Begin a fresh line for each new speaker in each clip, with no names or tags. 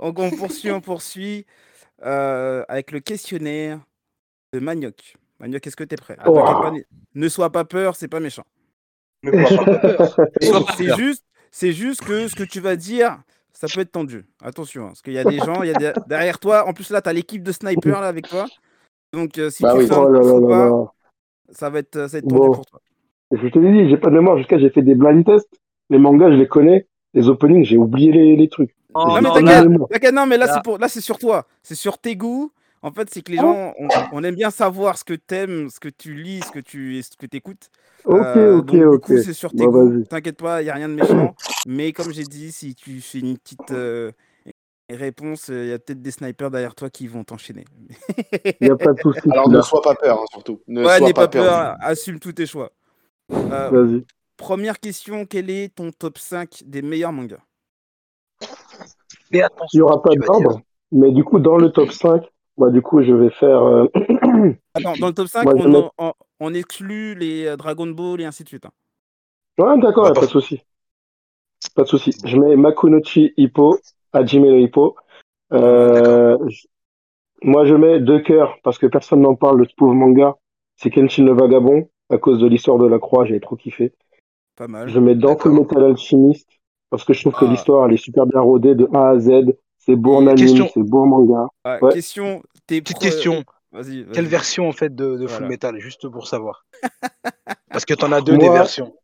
Donc on poursuit, on poursuit euh, avec le questionnaire de Manioc. Manioc, est-ce que tu es prêt Ah,
Ouah.
t'inquiète pas, ne- Ne sois pas peur, c'est pas méchant.
Ne sois pas peur.
Sois pas
C'est
peur.
juste, c'est juste que ce que tu vas dire, ça peut être tendu. Attention, hein, parce qu'il y a des gens, il y a des- derrière toi. En plus là, tu as l'équipe de sniper là avec toi. Donc euh, si
Bah
tu
oui.
fais un
Oh là
petit
là
faux
là
pas,
là.
ça va être, euh, ça va être tendu
Bon.
pour toi.
Je te l'ai dit, j'ai pas de mémoire jusqu'à j'ai fait des blind tests. Les mangas, je les connais. Les openings, j'ai oublié les, les trucs.
Oh,
Ah, mais
non,
j'ai
t'inquiète.
de mémoire.
T'inquiète, non, mais là,
Là.
c'est pour, là, c'est sur toi. C'est sur tes goûts. En fait, c'est que
Ah.
les gens, on, on aime bien savoir ce que t'aimes, ce que tu lis, ce que tu, ce que t'écoutes.
Ok,
Euh,
ok,
donc, du
ok.
coup, c'est sur tes
Bah,
goûts.
vas-y.
T'inquiète pas, il n'y a rien de méchant. Mais comme j'ai dit, si tu fais une petite euh, réponse, il y a peut-être des snipers derrière toi qui vont t'enchaîner.
Il n'y a pas de souci.
Alors ne
Killer.
sois pas peur, hein, surtout. Ne
Ouais,
sois
n'aie pas
pas peur.
peur, assume tous tes choix. Euh,
Vas-y.
première question, quel est ton top 5 des meilleurs mangas
mais
Il n'y
attention,
aura pas
tu vas dire.
d'ordre. Mais du coup, dans le top 5, bah, du coup, je vais faire. euh,
Attends, dans le top 5,
Moi, je
on,
mets-
en- on exclut les euh, Dragon Ball et ainsi de suite. hein.
Ouais, d'accord,
Bah,
y a pas de
parce-
souci. Pas de souci. Je mets Makunochi Hippo, Hajime no Hippo. Euh, je- moi, je mets deux cœurs parce que personne n'en parle de ce pauvre manga. C'est Kenshin le Vagabond. À cause de l'histoire de la croix, j'ai trop kiffé.
Pas mal.
Je mets dans Full Metal Alchemist parce que je trouve que
Ah.
l'histoire, elle est super bien rodée de A à Z. C'est beau en
Et
anime,
question-
c'est beau en manga.
Ah,
Ouais.
Question, t'es
Petite
pro-
question.
Vas-y. vas-y.
Quelle version en fait de, de Full
Voilà.
Metal, juste pour savoir Parce que t'en as deux des
Moi-
versions.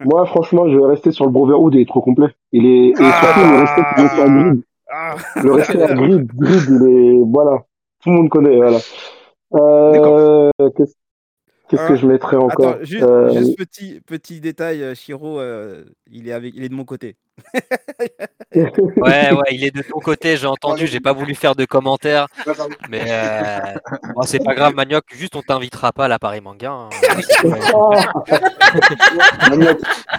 Moi, franchement, je vais rester sur le Brotherhood, il est trop complet. Il est, et surtout, le respect qu'il donne sur la grille.
Ah,
Le respect à Grid, Grid, il est. Voilà. Tout le monde connaît, voilà. Euh, Qu'est-ce qu'est-ce
Euh,
que je mettrais encore
Attends, juste,
Euh,
juste petit, petit détail, euh, Shiro, euh, il, est avec, il est de mon côté.
Ouais, ouais, il est de ton côté, j'ai entendu, j'ai pas voulu faire de commentaires, mais euh, bon, c'est pas grave, Manioc, juste on t'invitera pas à la Paris Manga. hein.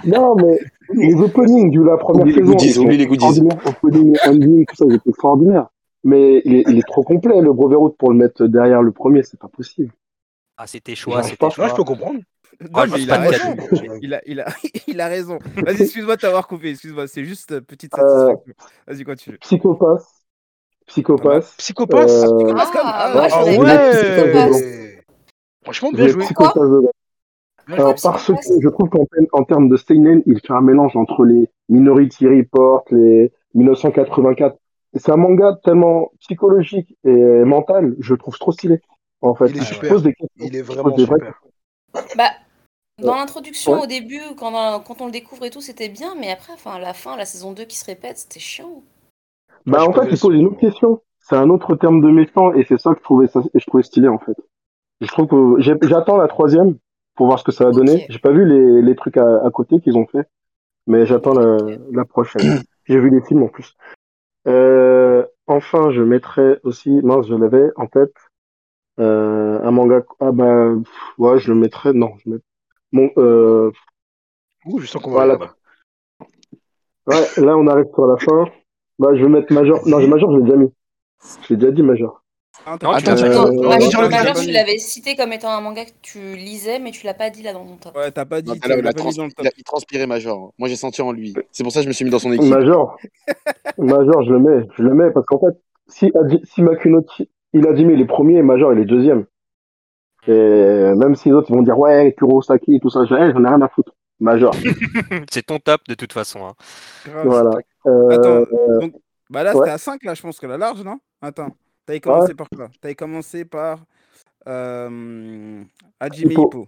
non, mais les openings de la première
Oublie les
saison.
goodies,
ils sont
oublie les goodies.
extraordinaires. Opening, ending, tout ça, c'est extraordinaire. Mais il est, il est trop complet, le Brotherhood, pour le mettre derrière le premier, c'est pas possible.
Ah, c'est tes choix,
J'arrive
c'est
pas.
tes
Moi,
choix.
je peux comprendre.
Non, mais
je
il
pense
a
pas que
raison. Il a, il a, il a raison. Vas-y, excuse-moi de t'avoir coupé. Excuse-moi, c'est juste euh, petite
Euh,
satisfaction. Vas-y, continue.
Psychopath. Psychopath.
Psychopathe
euh,
Parce que-
Ah,
ah,
moi,
Ah
j'aurais
ouais.
pas dit
Psychopathe.
Psychopathe.
Franchement,
je
bien
mets
joué.
Psychopath dedans.
Bien joué.
Alors, parce que je trouve qu'en ter- en termes de seinen, il fait un mélange entre les Minority Report, les 1984. C'est un manga tellement psychologique et mental, je le trouve trop stylé. En fait,
Il est
Je
super.
pose des questions.
Il est
Je pose
vraiment
des vraies
super.
Bah, dans l'introduction,
Ouais.
au début, quand on, quand on le découvre et tout, c'était bien, mais après, enfin, à la fin, la saison 2 qui se répète, c'était chiant.
Bah,
Moi, je
en fait,
connais
il pose
ce-
une autre question. C'est un autre terme de méchant et c'est ça que je trouvais, ça, je trouvais stylé, en fait. Je trouve que j'ai- j'attends la troisième pour voir ce que ça va
Ok.
donner. J'ai pas vu les, les trucs à, à côté qu'ils ont fait, mais j'attends la, la prochaine. J'ai vu les films en plus. Euh, enfin, je mettrais aussi, mince, je l'avais en tête, euh, un manga, ah bah, pff, ouais, je le mettrais, non, je mets, bon, euh,
Ouh, je sens qu'on va
Voilà.
aller là-bas.
ouais, là, on arrive sur la fin. Bah, je vais mettre Major, non, Major, je l'ai déjà mis. Je l'ai déjà dit Major.
Attends,
tu l'as
Euh,
Attends,
ouais,
Major,
Major le
Major,
Criminel.
tu l'avais cité comme étant un manga que tu lisais, mais tu l'as pas dit là dans ton top.
Ouais, t'as pas dit.
Non,
tu
là,
l'as
il, a
pas
trans-
mis dans le top.
il a- il transpirait Major. Moi, j'ai senti en lui. C'est pour ça que je me suis mis dans son équipe.
Major, Major, je le mets, je le mets parce qu'en fait, si, Adji- si Makuno, il a dit mais il est premier, et Major il est deuxième. Et même si les autres ils vont dire ouais, Kurosaki et tout ça, j'en eh, j'en ai rien à foutre. Major,
C'est ton top de toute façon. hein.
Grave.
voilà. Euh,
Attends, donc, bah là,
ouais.
c'était à 5, là, je pense que la large, non Attends, t'avais commencé par quoi T'avais commencé par euh, Hajime
Hippo.
Hippo.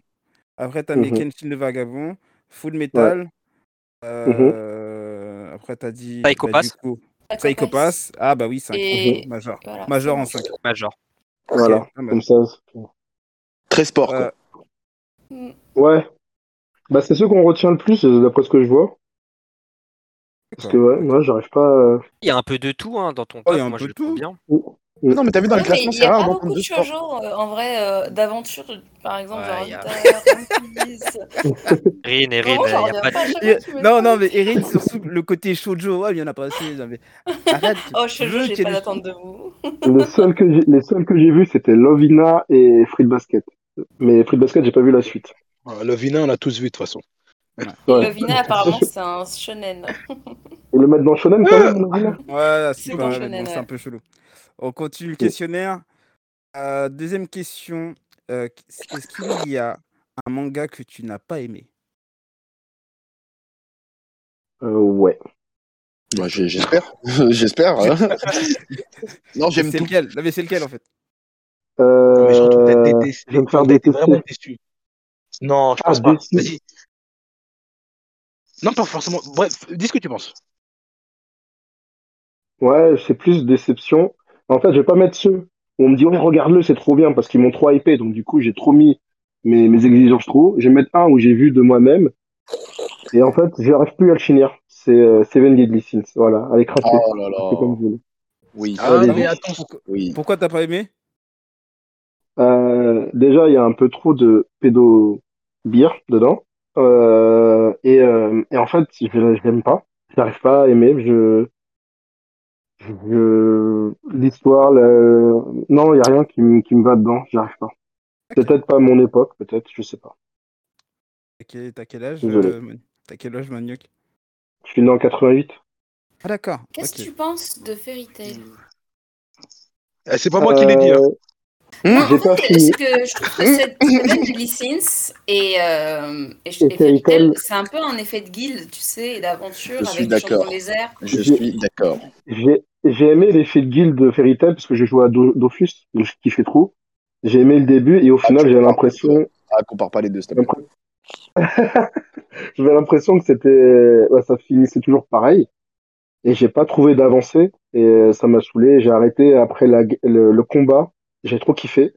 Après, t'as mis
Mhm.
Kenshin le Vagabond, Full Metal. euh, Après, t'as dit.
Psycho
bah,
Pass.
du coup,
Psycho
Psycho Pass.
Pass.
Ah, bah oui, 5.
Et-
Major.
Voilà.
Major en Ah, 5.
Major.
Mhm. Voilà,
bah,
comme ça. c'est-
Très sport, quoi.
Ouais. Bah, c'est ceux qu'on retient le plus, euh, d'après ce que je vois. Parce que ouais, moi j'arrive pas. euh,
Il y a un peu de tout hein, dans ton
Oh, il
top,
y a un
moi
peu
je
de
le trouve
tout.
bien.
Non, mais t'as vu dans
Ouais,
le
mais il
classement,
n'y
c'est
a
rare
pas beaucoup
d'entendre
de
du sport.
shoujo euh, en vrai euh, d'aventure, par exemple,
Ouais,
genre
y a-
Hunter, One Piece.
Rin, Rin,
Vraiment,
il y
Oh, j'en
a
reviens
pas de-
pas à chaque
Et-
fois que tu me
Non,
le
non,
dis.
mais Eric, surtout le côté shoujo, ouais, il y en a pas assez. non, mais Arrête.
Oh,
je
shoujo,
veux
j'ai
qu'il y
pas
ait des-
d'attente de vous.
les seuls que j'ai- les seuls que j'ai vus c'était Lovina et Free Basket. Mais Free Basket, j'ai pas vu la suite.
Voilà, Le Vinin, on l'a tous vu de toute façon.
Ouais.
Lovina, apparemment, c'est un shonen.
Et le mettre dans Shonen, quand même, Lovina
Ouais,
C'est
c'est
bon,
pas-
Shonen,
bon, c'est
ouais.
un peu chelou. On continue le questionnaire. Euh, deuxième question. euh, qu- Est-ce qu'il y a un manga que tu n'as pas aimé
Euh, ouais.
Bah, j'ai- j'espère. j'espère. hein. non, j'aime
C'est
tout.
lequel Non, mais c'est lequel en fait
Euh,
Mais surtout, t'as été déçu.
je vais me faire
T'as été
détester.
vraiment déçu. Non, je
Ah,
pense pas.
déçu.
Vas-y. Non, pas forcément. Bref, dis ce que tu penses.
Ouais, c'est plus déception. En fait, je vais pas mettre ceux où on me dit, ouais, regarde-le, c'est trop bien, parce qu'ils m'ont trop hypé, donc du coup, j'ai trop mis mes, mes exigences trop. haut. Je vais mettre un où j'ai vu de moi-même. Et en fait, j'arrive plus à le finir. C'est euh, Seven Deadly Sins, voilà, avec Rafé.
Oh là
C'est comme vous
là.
voulez.
Oui,
Ah,
Ah,
mais
mais
bon.
attends.
oui.
Pourquoi t'as pas aimé
Euh, déjà, il y a un peu trop de pédobire dedans. Euh, et, euh, et en fait, je, je l'aime pas. J'arrive pas à aimer. Je, je, l'histoire, le... non, il y a rien qui me, qui me va dedans. J'arrive pas. Peut-être pas à mon époque, peut-être, je sais pas.
T'as quel- T'as quel âge
Désolé.
euh, Man- T'as quel âge, Manioc
Je suis né en 88.
Ah, d'accord.
Qu'est-ce
ok.
que tu penses de Fairy Tail
Ah, C'est pas moi qui l'ai dit. hein.
Euh,
Non,
J'ai
en
pas
fait,
fini.
ce que je trouve que cette semaine de Lycins et, euh, et, je-
Et
et Fairy
Fairy
Tail,
Tail.
c'est un peu un effet de guilde, tu sais, et d'aventure
Je suis
avec des choses dans
d'accord.
les airs.
Je suis d'accord.
J'ai j'ai aimé l'effet de guild de Fairy Tail parce que j'ai joué à Do- Dofus, donc je kiffais trop. J'ai aimé le début et au final, j'ai l'impression
Ah, compare pas les deux, s'il te plaît.
L'impre- J'avais l'impression que c'était, ouais, ça finissait toujours pareil. Et j'ai pas trouvé d'avancée. Et euh, ça m'a saoulé. J'ai arrêté après la gue- le, le combat. J'ai trop kiffé.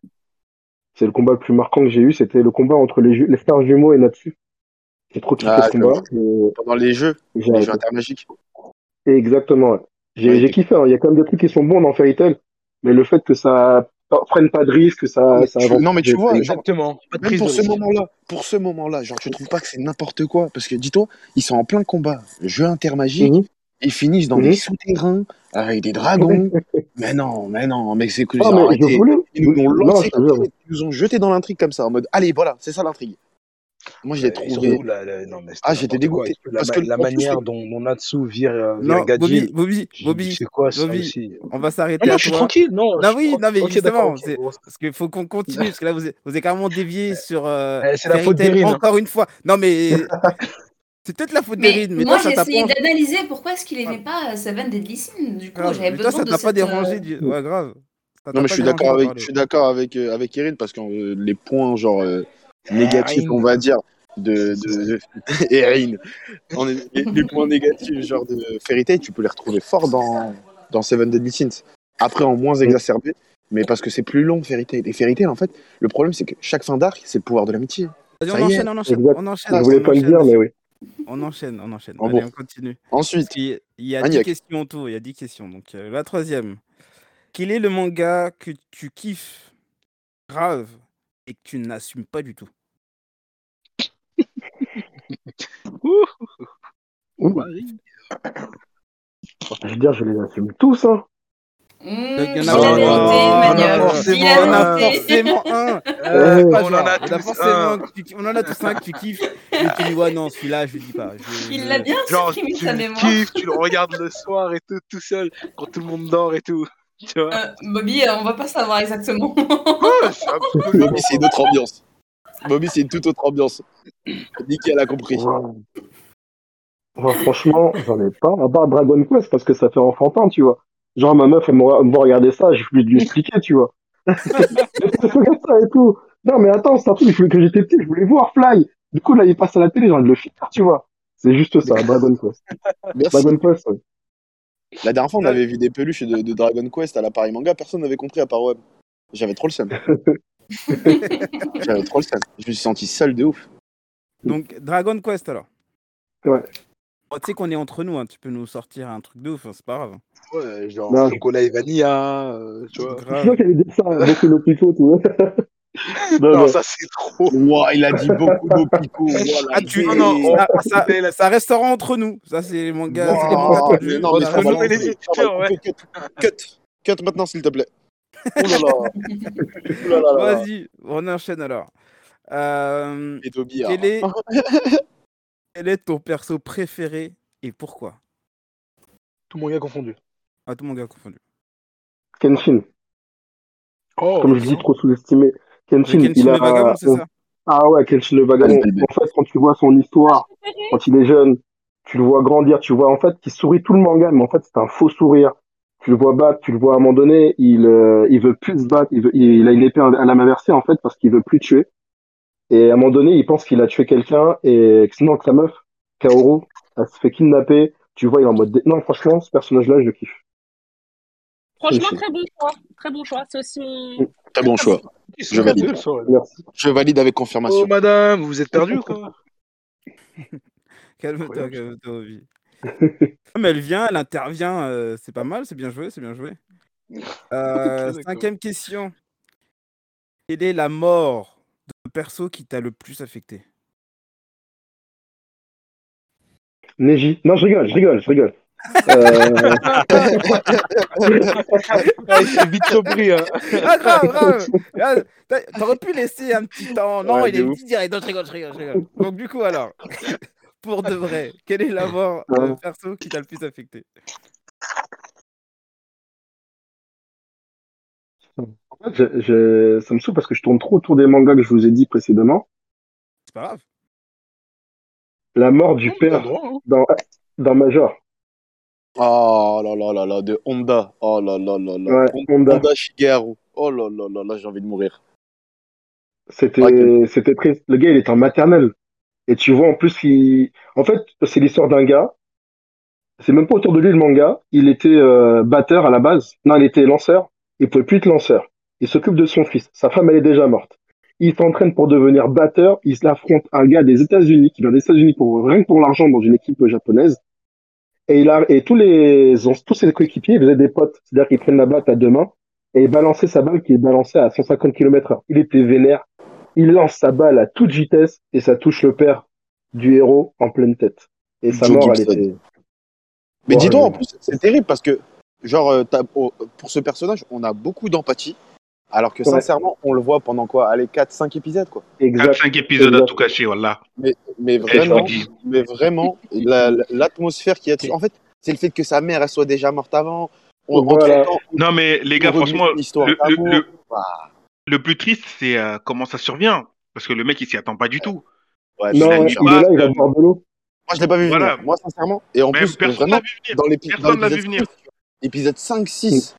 C'est le combat le plus marquant que j'ai eu. C'était le combat entre les, ju- les frères jumeaux et Natsu. J'ai trop kiffé
Ah,
ce
je
combat. Et
Pendant les jeux,
j'ai
les
arrêté.
jeux intermagiques.
Exactement. ouais. J'ai
Ouais,
j'ai
t'es-
kiffé. hein. Il y a quand même des trucs qui sont bons dans Fairy Tail. Mais le fait que ça prenne pas de risque, que ça,
Mais
ça
tu-
avance.
non, mais tu
j'ai-
vois, genre,
Exactement. Pas de
Même
prise
pour
de
ce
risque.
moment-là, pour ce moment-là, genre tu trouves pas que c'est n'importe quoi parce que dis-toi, ils sont en plein combat, jeu intermagique,
Mhm.
ils finissent dans
Mhm.
des souterrains avec des dragons. mais non, mais non, mais c'est que
Ah,
ils ont
mais
arrêté.
je voulais.
Ils nous l'ont
Non,
lancé
je te
comme
jure.
ça, ils nous ont jeté dans l'intrigue comme ça en mode allez, voilà, c'est ça l'intrigue. Moi je l'ai
Euh, et
trouvé.
surtout, la- la- non, mais c'était
Ah, j'étais
n'importe
dégoûté.
quoi. Et La,
Parce
ma-
que
la
en plus,
manière
c'est-
dont, dont Natsu vire, euh, vire
Non, Bobby,
Gadji,
Bobby,
j'ai dit,
Bobby,
c'est quoi ça
Bobby,
aussi
on va s'arrêter
Ah non,
à
je suis
toi.
tranquille, non.
Non, Bah
je suis
oui, non, mais
tranquille. Ok,
justement,
d'accord, ok,
c'est-
bon.
Parce qu'il faut qu'on continue, parce que là, vous êtes, vous êtes carrément dévié sur. euh,
Eh, c'est la
Fairy
faute
Tail
d'Erin, hein.
Encore une fois. Non, mais. C'est peut-être la faute
Mais
d'Erin, mais
moi,
toi, ça
j'ai
t'a
essayé
pas.
d'analyser pourquoi est-ce qu'il aimait pas euh, Seven Deadly Sins. Du coup,
grave.
j'avais
Ah, Mais toi,
besoin
ça
de
t'a pas
cette, euh,
dérangé. du- Ouais, grave. Ça t'a
Non mais
pas
je
dérangé
suis d'accord
d'en
avec,
parler.
je suis d'accord avec euh, avec Erin parce que euh, les points genre euh, négatifs
Erin.
on va dire de, de, de- Erin, On est- les, les points négatifs genre de Fairy Tail, tu peux les retrouver fort dans dans Seven Deadly Sins. Après en moins exacerbé, mais parce que c'est plus long Fairy Tail. Et Fairy Tail en fait, le problème c'est que chaque fin d'arc c'est le pouvoir de l'amitié.
Vas-y,
Ça
on
y est,
enchaîne, on enchaîne.
exact.
On enchaîne.
Je
on
voulais pas le
enchaîne,
dire, mais oui.
On enchaîne, on enchaîne.
Ah
Allez,
bon.
on continue. Parce
Ensuite,
qu'il il y a
Maniaque.
10 questions en tout. Il y a 10 questions. Donc, euh, la troisième. Quel est le manga que tu kiffes grave et que tu n'assumes pas du tout
Ouh,
Ouh.
Marie.
Je veux dire, je les assume tous, hein.
Mmh,
Il y en
dis
a
la
un.
vérité,
Oh,
Manioc,
on a
dis
forcément,
la
on a
vérité.
forcément un.
Euh,
Ouais.
on
Pas
en
genre,
a
on
tous un.
forcément hein, que tu kiffes- on en a tous un que tu kiffes et tu dis ouais non celui-là je le dis pas. Je-
Il l'a bien
Genre, tu
supprimé de sa
le
mémoire.
kiffes, tu le regardes le soir et tout, tout seul, quand tout le monde dort et tout. Tu vois
Euh, Bobby, euh, on va pas savoir exactement.
Ouais, c'est un peu-
Bobby c'est une autre ambiance. Bobby c'est une toute autre ambiance. Nicky elle a compris.
Wow. Moi, franchement, j'en ai pas. À part Dragon Quest, parce que ça fait enfantin, tu vois. Genre, ma meuf, elle me re- me regarder ça, je voulais lui expliquer, tu vois. Regarde ça et tout. Non, mais attends, c'est un truc, je voulais- que j'étais petit, je voulais voir Fly. Du coup, là, il passe à la télé, j'ai envie de le faire, tu vois. C'est juste ça, Dragon Quest.
Merci.
Dragon Quest, ouais.
La dernière fois on avait vu des peluches de, de Dragon Quest à l'appareil manga, personne n'avait compris à part Web. J'avais trop le seum. J'avais trop le seum. Je me suis senti seul de ouf.
Donc Dragon Quest alors.
Ouais.
Bon, tu sais qu'on est entre nous, hein, tu peux nous sortir un truc de ouf, hein, c'est pas grave.
Ouais, genre
Non, je-
chocolat et vanilla, euh, tu vois.
Tu vois
Grave.
qu'elle avait dit ça, beaucoup d'hôpitaux, tu vois. Non,
Non,
non.
ça c'est trop.
Ouah, il a dit beaucoup d'eau pico.
Ah, tu...
Non, non, on-
ça, ça-
Mais la-
ça restera entre nous. Ça c'est les mangas, c'est les mangas
Non, mais
tendus,
non, mais
on
ça
a-
va
Nous, les
l'enlever. Ça va
éditeurs,
le couper. bah, Cut. Cut. Cut maintenant, s'il te plaît. Oh là là. Oh là là là.
Vas-y, on enchaîne alors. Euh,
Et Toby,
quel
hein.
est Quel est ton perso préféré et pourquoi
Tout mon gars confondu.
Ah, tout mon gars confondu.
Kenshin,
Oh,
comme je dis, trop sous-estimé. Kenshin,
Lequel
il
sur
a.
le vagabond, c'est ça
Ah ouais, Kenshin le vagabond.
Ouais, bébé.
En fait, quand tu vois son histoire, quand il est jeune, tu le vois grandir, tu vois en fait qu'il sourit tout le manga, mais en fait c'est un faux sourire. Tu le vois battre, tu le vois à un moment donné, il euh, il veut plus se battre, il, veut- il a une épée à la main versée en fait parce qu'il veut plus tuer. Et à un moment donné, il pense qu'il a tué quelqu'un et que sinon que sa meuf, Kaoru, elle se fait kidnapper. Tu vois, il est en mode dé- non, franchement, ce personnage-là, je le kiffe.
Franchement,
Ok.
très bon choix. Très bon choix. C'est aussi mon.
Très bon choix. Je valide.
Merci.
Je valide avec
Oh
confirmation.
madame, vous êtes perdu quoi
Calme-toi,
Incroyable.
calme-toi, Ovi. Non, mais elle vient, elle intervient. euh, c'est pas mal, c'est bien joué, c'est bien joué. Euh,
d'accord.
cinquième question. Quelle est la mort de perso qui t'a le plus affecté
Neji. Non, je rigole, je rigole, je rigole. Euh,
Ah, il s'est vite repris. Hein.
Ah, grave, grave Ah, t'as- T'aurais pu laisser un petit temps. Non,
Ouais,
il
de
est petit direct. Non, je rigole, je rigole, je rigole. Donc, du coup, alors, pour de vrai, quelle est la mort de perso qui t'a le plus affecté
En fait, je- je- ça me saoule parce que je tourne trop autour des mangas que je vous ai dit précédemment.
C'est pas grave.
La mort du
T'as
père
droit, hein.
dans, dans Major.
Oh là là là là, de Honda. Oh là là là là.
Ouais,
Hon-
Honda.
Honda Shigeru. Oh là là là là, j'ai envie de mourir.
C'était
Ouais.
c'était triste. Le gars, il était en maternelle. Et tu vois, en plus, il... En fait, c'est l'histoire d'un gars. C'est même pas autour de lui le manga. Il était euh, batteur à la base. Non, il était lanceur. Il pouvait plus être lanceur. Il s'occupe de son fils. Sa femme, elle est déjà morte. Il s'entraîne pour devenir batteur. Il s'affronte à un gars des États-Unis qui vient des États-Unis pour rien que pour l'argent dans une équipe japonaise. Et il a et tous les tous ses coéquipiers, ils faisaient des potes. C'est-à-dire qu'ils prennent la batte à deux mains et ils balançaient sa balle qui est balancée à 150 km/h. Il était vénère. Il lance sa balle à toute vitesse et ça touche le père du héros en pleine tête. Et sa
Joe
mort, elle
Gibson.
était.
Mais
Ouais,
dis donc,
je-
en plus, c'est terrible parce que, genre, euh, t'as- oh, pour ce personnage, on a beaucoup d'empathie. Alors que
Ouais.
sincèrement, on le voit pendant quoi Allez, 4-5 épisodes, quoi.
4-5
4-5 épisodes à
exact.
tout cacher, voilà.
Mais
Eh, je vous
vraiment,
dis.
mais vraiment, la- la- l'atmosphère qu'il y a dessus. En fait, c'est le fait que sa mère, elle soit déjà morte avant. On,
Voilà.
entre-temps, on-
Non, mais les gars,
on revit
franchement,
une histoire
le- le-
d'amour.
le-
Ah,
le plus triste, c'est euh, comment ça survient. Parce que le mec, il s'y attend pas du tout.
Non,
ouais, putain,
il
ouais,
est
genre,
là, il
euh,
va boire de l'eau.
Moi, je l'ai pas vu
Voilà.
venir. Moi, sincèrement. Et en
Même
plus,
personne
vraiment,
l'a vu venir.
dans l'épi-
Personne
dans
l'a vu
l'épisode
venir.
5, épisode 5,
Mm.
6.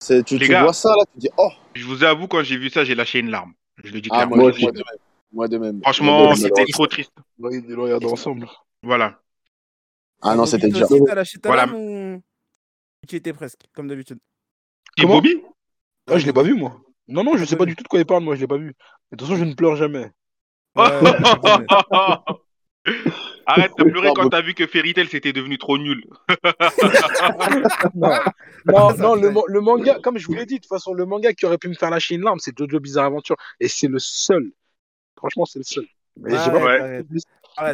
c'est- Tu,
Les
tu
gars.
vois ça, là, tu dis, oh,
Je vous avoue, quand j'ai vu ça, j'ai lâché une larme. Je le dis
ah,
clairement.
moi,
j'ai
moi
lâché
de même. Moi de même.
une larme. Franchement,
Moi de même.
c'était trop triste.
On va le regarder ensemble.
Voilà.
Ah non,
Bobby,
c'était
toi
déjà.
aussi, t'as lâché ta
Voilà.
lame ou tu y étais presque, comme d'habitude
Petit
Comment
Bobby
Ah, je l'ai pas vu moi. Non, non, je
T'as
sais
pas
pas
vu.
du tout de quoi il parle, moi, je l'ai pas vu. De toute façon, je ne pleure jamais.
Ouais,
Arrête de pleurer quand
Pardon.
t'as vu que Fairy Tail c'était devenu trop nul.
Non, non,
Ça,
non le,
putain.
man- le manga, comme je vous l'ai dit, de toute façon, le manga qui aurait pu me faire lâcher une larme, c'est Jojo Bizarre Aventure. Et c'est le seul. Franchement, c'est le seul. Mais j'ai
Arrête,
pas-
Ah Ouais.
arrête,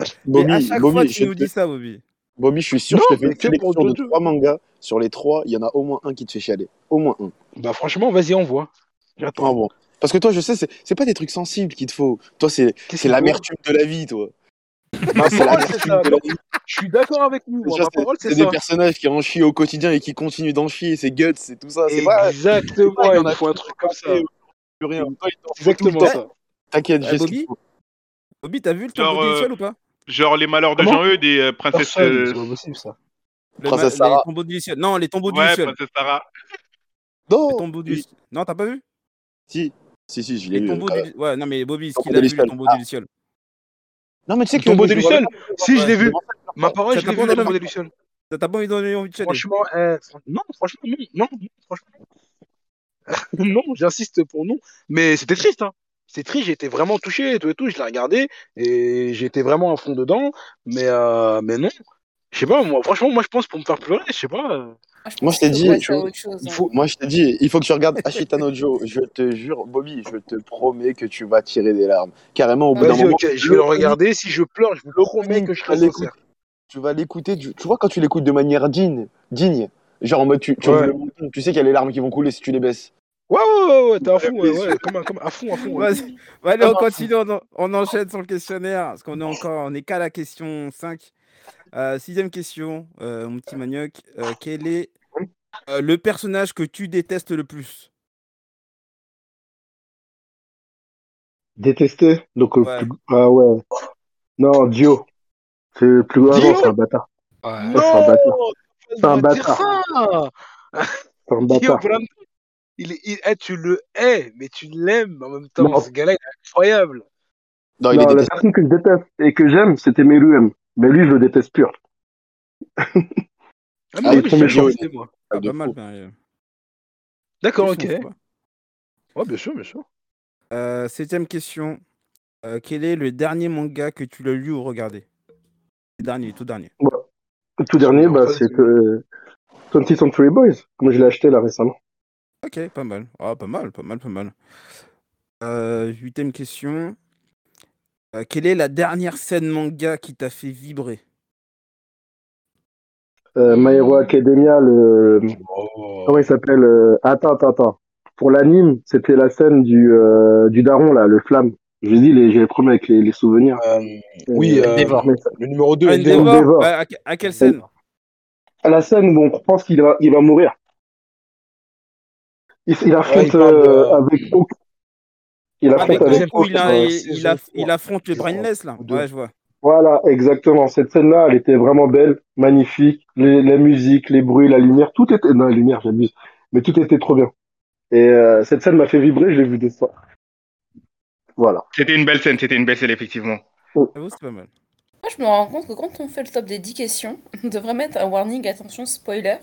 arrête. Mais à
Bobby,
chaque fois,
Bobby,
tu
je
nous
te-
dis ça, Bobby.
Bobby, je suis sûr,
Non,
je te fais
mais
une
que pour
sélection de
Jojo.
trois mangas. Sur les trois, il y en a au moins un qui te fait chialer. Au moins un.
Bah, franchement, vas-y, envoie.
Ah
J'attends.
bon. Parce que toi, je sais, c'est c'est pas des trucs sensibles qu'il te faut. Toi, c'est
Qu'est-ce
c'est
qu'il
l'amertume de la vie, toi.
Ma
C'est
parole, c'est
l'amertume
ça.
de la vie.
Je suis d'accord avec vous. moi,
Déjà,
Ma parole,
C'est
c'est
des
ça.
personnages qui en chient au quotidien et qui continuent d'en chier. C'est Guts, c'est tout ça. C'est pas
Exactement.
Ouais, il y en
Il
a
me faut un
qui
truc comme ça.
plus rien. Toi, il t'en fout tout le
Exactement
temps.
ça.
T'inquiète,
Eh,
j'ai ce qu'il
Bobby
faut.
Bobby, t'as vu le
Genre,
temple
euh,
délictuel ou pas
Genre les malheurs de
Comment
Jean-Eudes des euh, princesses.
Personne,
euh,
c'est pas possible ça.
Le ma-
Princesse
Les
Sarah.
tombeaux du Luciole. Non, les tombeaux du
Ouais,
Luciole.
princesse Sarah.
Les
Non
tombeaux du Luciole. Non, t'as pas vu
Si, si, si, je
Les
l'ai vu.
tombeaux
quand même.
du Ouais, non, mais Bobby, ce
Tombeau
qu'il a vu,
du
les
Luciole.
tombeaux
Ah.
du Luciole.
Non, mais tu sais
Le
que.
tombeau des Lucioles Si, je
Ouais,
l'ai vu.
c'est pour ça que-
Ma parole,
Ça
je
t'a
l'ai
pas
vu. Le
donné
tombeau des
envie.
Lucioles.
Ça t'a pas envie de donner envie de chatter
Franchement, euh, fran- non, franchement, non, non, non, franchement. non, j'insiste pour non. Mais c'était triste, hein. C'est triste, j'étais vraiment touché et tout et tout. Je l'ai regardé et j'étais vraiment à fond dedans. Mais, euh, mais non, je sais pas, moi, franchement, moi je pense pour me faire pleurer, je sais pas. euh,
Moi, je t'ai dit, tu
c'est
vois,
autre chose.
Il
hein.
faut, moi, je te dis, il faut que tu regardes Ashita no Joe. Je te jure, Bobby, je te promets que tu vas tirer des larmes. Carrément, au bout d'un
Vas-y,
moment,
ok, je vais le regarder. Si je pleure, je vous le promets que je serai
Allez, écoute.
sincère.
tu vas l'écouter. Tu, tu vois, quand tu l'écoutes de manière digne, digne genre en mode, tu, tu,
Ouais.
ouvres le menton, tu sais qu'il y a les larmes qui vont couler si tu les baisses.
Ouais, ouais, ouais, ouais, t'es à fond, ouais,
plaisir.
ouais, comme un- comme à fond, à fond. ouais.
Vas-y. Bon, allez,
Ah,
on
bah,
continue, on, en- on enchaîne sur le questionnaire, parce qu'on est encore, on est qu'à la question 5. Euh, sixième question, euh, mon petit manioc. Euh, quel est
Mmh.
euh, le personnage que tu détestes le plus
Détesté. Donc, euh,
Ouais.
plus- ah ouais. Non, Dio. C'est le plus ah
Dio
non, c'est un bâtard.
Non,
c'est un bâtard.
tu vas
un
pas dire
bâtard.
ça.
C'est un
Guillaume
bâtard.
Brandt, il, est- il- eh, tu le hais, mais tu l'aimes en même temps.
Non.
Ce gars-là, il est incroyable.
Non, il est
Non, la
détestable.
personne que je déteste et que j'aime, c'était Meruem. Mais lui, je le déteste pur.
Ah,
il
mais
est trop
oui,
méchant.
je moi.
Ah,
de
Pas mal.
fou.
ben, euh,
D'accord, ok.
question, quoi.
Ouais, bien sûr, bien sûr.
Euh, septième question. Euh, quel est le dernier manga que tu l'as lu ou regardé Le dernier, tout dernier.
Le tout dernier,
Non,
bah,
ça,
c'est euh, 20th Century Boys, comme je l'ai acheté là récemment.
Ok, pas mal. Ah, pas mal, pas mal, pas mal. Euh, huitième question. Euh, quelle est la dernière scène manga qui t'a fait vibrer
Euh, My Hero Academia, le.
Oh.
Comment il s'appelle euh, Attends, attends, attends. Pour l'anime, c'était la scène du, euh, du daron, là, le flamme. Je dis, les- j'ai les problèmes avec les, les souvenirs.
Euh, oui,
Euh,
euh,
mais ça-
le numéro 2,
Ah,
Endeavor.
Endeavor
Endeavor.
Bah, à, que- à quelle scène
à la scène où on pense qu'il va, il va mourir. Il, il affronte
il parle de-
euh, avec Hawk. Il
Ah,
affronte
Avec
la
avec
deuxième
Goku, il, a-
euh,
il-
saison
il a-
trois,
il affronte le
je crois,
Brainless là.
ou deux.
Ouais, je vois.
Voilà, exactement. Cette scène-là, elle était vraiment belle, magnifique. Les, la musique, les bruits, la lumière, tout était. Non, la lumière, j'abuse. Mais tout était trop bien. Et euh, cette scène m'a fait vibrer, je l'ai vue des fois. Voilà.
C'était une belle scène, c'était une belle scène, effectivement.
J'avoue, c'est pas mal.
Moi, Ah, je me rends compte que quand on fait le top des 10 questions, on devrait mettre un warning, attention, spoiler.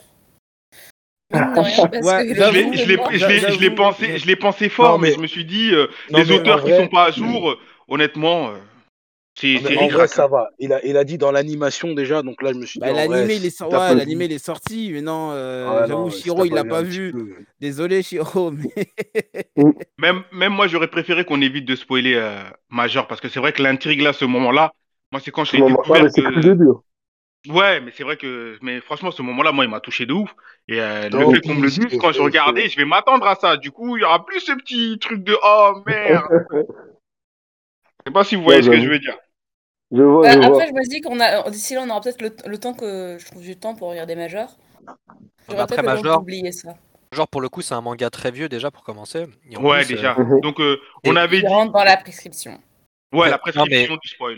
Ah.
Mine de rien, parce
Ouais,
que
Je
j'avoue,
le
l'ai-
nombre
je
de
l'ai
morts-
je l'ai- je l'ai
j'avoue,
pensé,
mais-
je l'ai pensé fort,
Non,
mais,
mais-
je me suis dit, euh,
Non,
les
mais en
auteurs qui
vrai-
sont pas à jour, euh, honnêtement, euh, c'est
Non,
c'est
mais en
ric
vrai, ça va. Il a, il a dit dans l'animation déjà, donc là, je me suis dit.
Bah,
en vrai,
l'animé, il est
si
sorti.
t'as pas
Ouais,
vu-
l'animé, il est sorti, mais non, euh,
Ouais,
j'avoue,
non, si
Shiro,
t'as
il l'a pas
un petit
vu.
peu-
Désolé, Shiro, mais.
Même, même moi, j'aurais préféré qu'on évite de spoiler euh, Major, parce que c'est vrai que l'intrigue là, ce moment-là, moi, c'est quand je l'ai
Bon, bah, ouais,
découvert
mais c'est
euh,
que le
que.
début.
Ouais, mais c'est vrai que. Mais franchement, ce moment-là, moi, il m'a touché de ouf. Et euh, le
Non,
fait qu'on me le
c'est-
dise, quand je
c'est-
regardais, je vais m'attendre à ça. Du coup, il y aura plus ce petit truc de oh merde. Je sais pas si vous voyez
Ouais,
ce que
bah
j'avoue.
je veux dire.
Je vois,
Bah,
je vois.
après, je me dis qu'on a d'ici là, on aura peut-être le, le temps que je trouve du temps pour regarder Major. J'aurais
Après
peut-être le temps
Major.
d'oublier ça.
Genre, pour le coup, c'est un manga très vieux déjà pour commencer. Et en
Ouais,
plus, euh,
déjà.
Mhm.
Donc, euh, on
Et-
avait
Je
dit.
rentre dans la prescription.
Ouais, la
Non, mais-
prescription du spoil.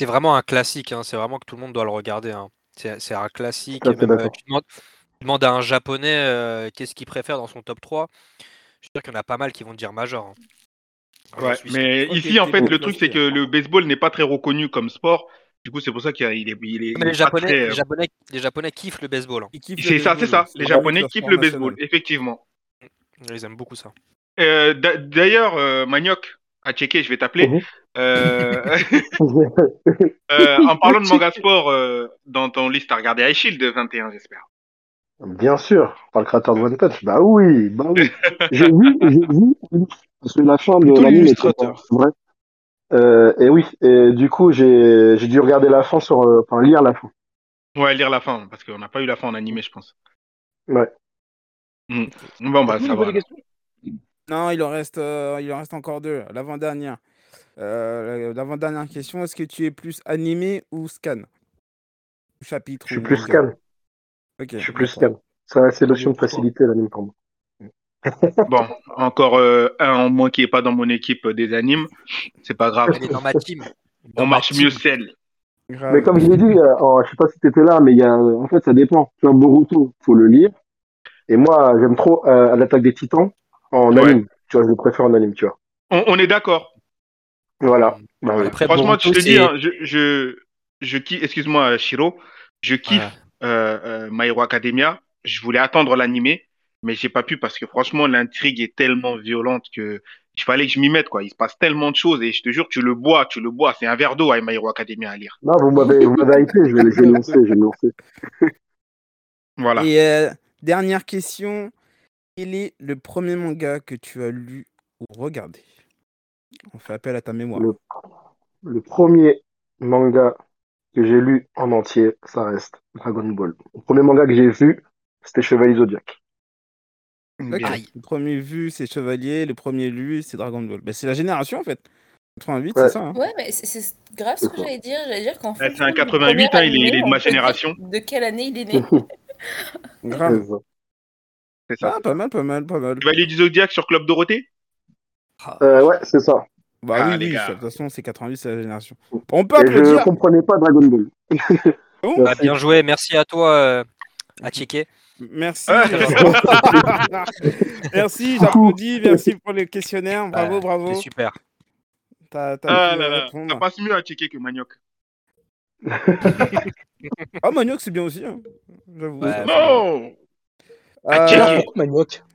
C'est vraiment un classique, hein, c'est vraiment que tout le monde doit le regarder. hein. C'est c'est un classique.
Tout à
et
fait
même, euh,
d'accord.
tu, demandes, tu demandes à un japonais euh, qu'est-ce qu'il préfère dans son top 3. Je suis sûr qu'il y en a pas mal qui vont te dire Major. hein. J'en
Ouais,
suis sûr.
mais
Ok,
ici, en
t'es
fait,
bien
le truc, c'est
placé.
que le baseball n'est pas très reconnu comme sport. Du coup, c'est pour ça qu'il y a- il est, il est,
Mais
il
les
est pas
japonais,
très. euh,
les, japonais, les Japonais kiffent le baseball. hein.
Il kiffe le
C'est ça, c'est
baseball,
ça.
c'est
Les
vraiment
Japonais
leur
kiffent
sport
le
national.
baseball, effectivement.
Ils aiment beaucoup ça.
Euh, d'a- D'ailleurs, euh, Manioc, à checker, je vais t'appeler.
Mhm.
Euh, euh, en parlant de manga sport, euh, dans ton liste, t'as regardé High Shield 21, j'espère.
Bien sûr, par le créateur de One Punch. Bah oui, bah oui. J'ai vu, j'ai vu, parce que la fin de
Plutôt
l'anime était pas
l'illustrateur.
vrai. Euh, et oui, et du coup, j'ai, j'ai dû regarder la fin sur, euh, enfin, lire la fin.
Ouais, lire la fin, parce qu'on n'a pas eu la fin en animé, je pense.
Ouais.
Mm. Bon, bah,
Tu
ça
veux
va.
poser des
alors.
questions
Non, il en reste, euh, il en reste encore deux. L'avant-dernière. Euh, l'avant-dernière question, est-ce que tu es plus animé ou scan Chapitre
Je
ou
suis
Mmh,
plus
manga
scan.
Ok,
Je suis plus
d'accord.
scan. Ça, c'est notion de
Pourquoi
facilité, l'anime pour moi.
Bon, encore euh, un en moins qui est pas dans mon équipe euh, des animes. C'est pas grave.
Elle est dans ma team. Dans
On
ma
marche
team.
mieux seul.
Grave.
Mais comme je l'ai dit, euh, en- je sais pas si t'étais là, mais il y a, en fait, ça dépend. Tu vois, Boruto, faut le lire. Et moi, j'aime trop, euh, l'attaque des titans en
Ouais.
anime. Tu vois, je le préfère en anime, tu vois.
On, on est d'accord.
Voilà. Bah oui.
Après,
Franchement,
Boruto,
je te dis,
c'est-
hein, je, je, je kiffe, excuse-moi, euh, Shiro, je kiffe
Ouais.
euh, euh, My Hero Academia. Je voulais attendre l'animé, mais j'ai pas pu parce que franchement, l'intrigue est tellement violente que il fallait que je m'y mette, quoi. Il se passe tellement de choses et je te jure, tu le bois, tu le bois. C'est un verre d'eau à My Hero Academia à lire.
Non, vous m'avez, vous m'avez hypé, je vais, je vais lancer, je vais lancer.
Voilà.
Et euh, dernière question, quel est le premier manga que tu as lu ou regardé On fait appel à ta mémoire.
Le, le premier manga que j'ai lu en entier, ça reste Dragon Ball. Le premier manga que j'ai vu, c'était Chevalier Zodiac.
D'accord. Le premier vu, c'est Chevalier. Le premier lu, c'est Dragon Ball. Bah, c'est la génération, en fait. 88,
Ouais.
c'est ça. hein.
Ouais, mais c'est- c'est grave ce que
D'accord.
j'allais dire. J'allais dire qu'en
Ouais,
fait.
Bah, c'est un 88, hein, il est- il est de ma génération.
De quelle année il est né
Grave.
C'est ça.
Ah, pas mal, pas mal, pas mal.
Chevalier du Zodiac sur Club Dorothée
Euh, ouais, c'est ça.
Bah
Ah,
oui,
les
oui,
gars.
ça, de toute façon, c'est 88, c'est la génération. On peut
Et je
applaudir.
comprenais pas Dragon Ball.
Bon,
Bah, bien joué, merci à toi, euh, à checker.
Merci.
Ah.
merci, j'applaudis. Merci pour le questionnaire. Bravo, bravo.
C'est super.
T'as, t'as
Ah
pu,
là
euh,
là,
répondre.
ça passe mieux à checker que Manioc.
Ah, Manioc, c'est bien aussi. hein. J'avoue.
Ouais.
Euh,
Non
Euh, Ah, tiens, pourquoi manioc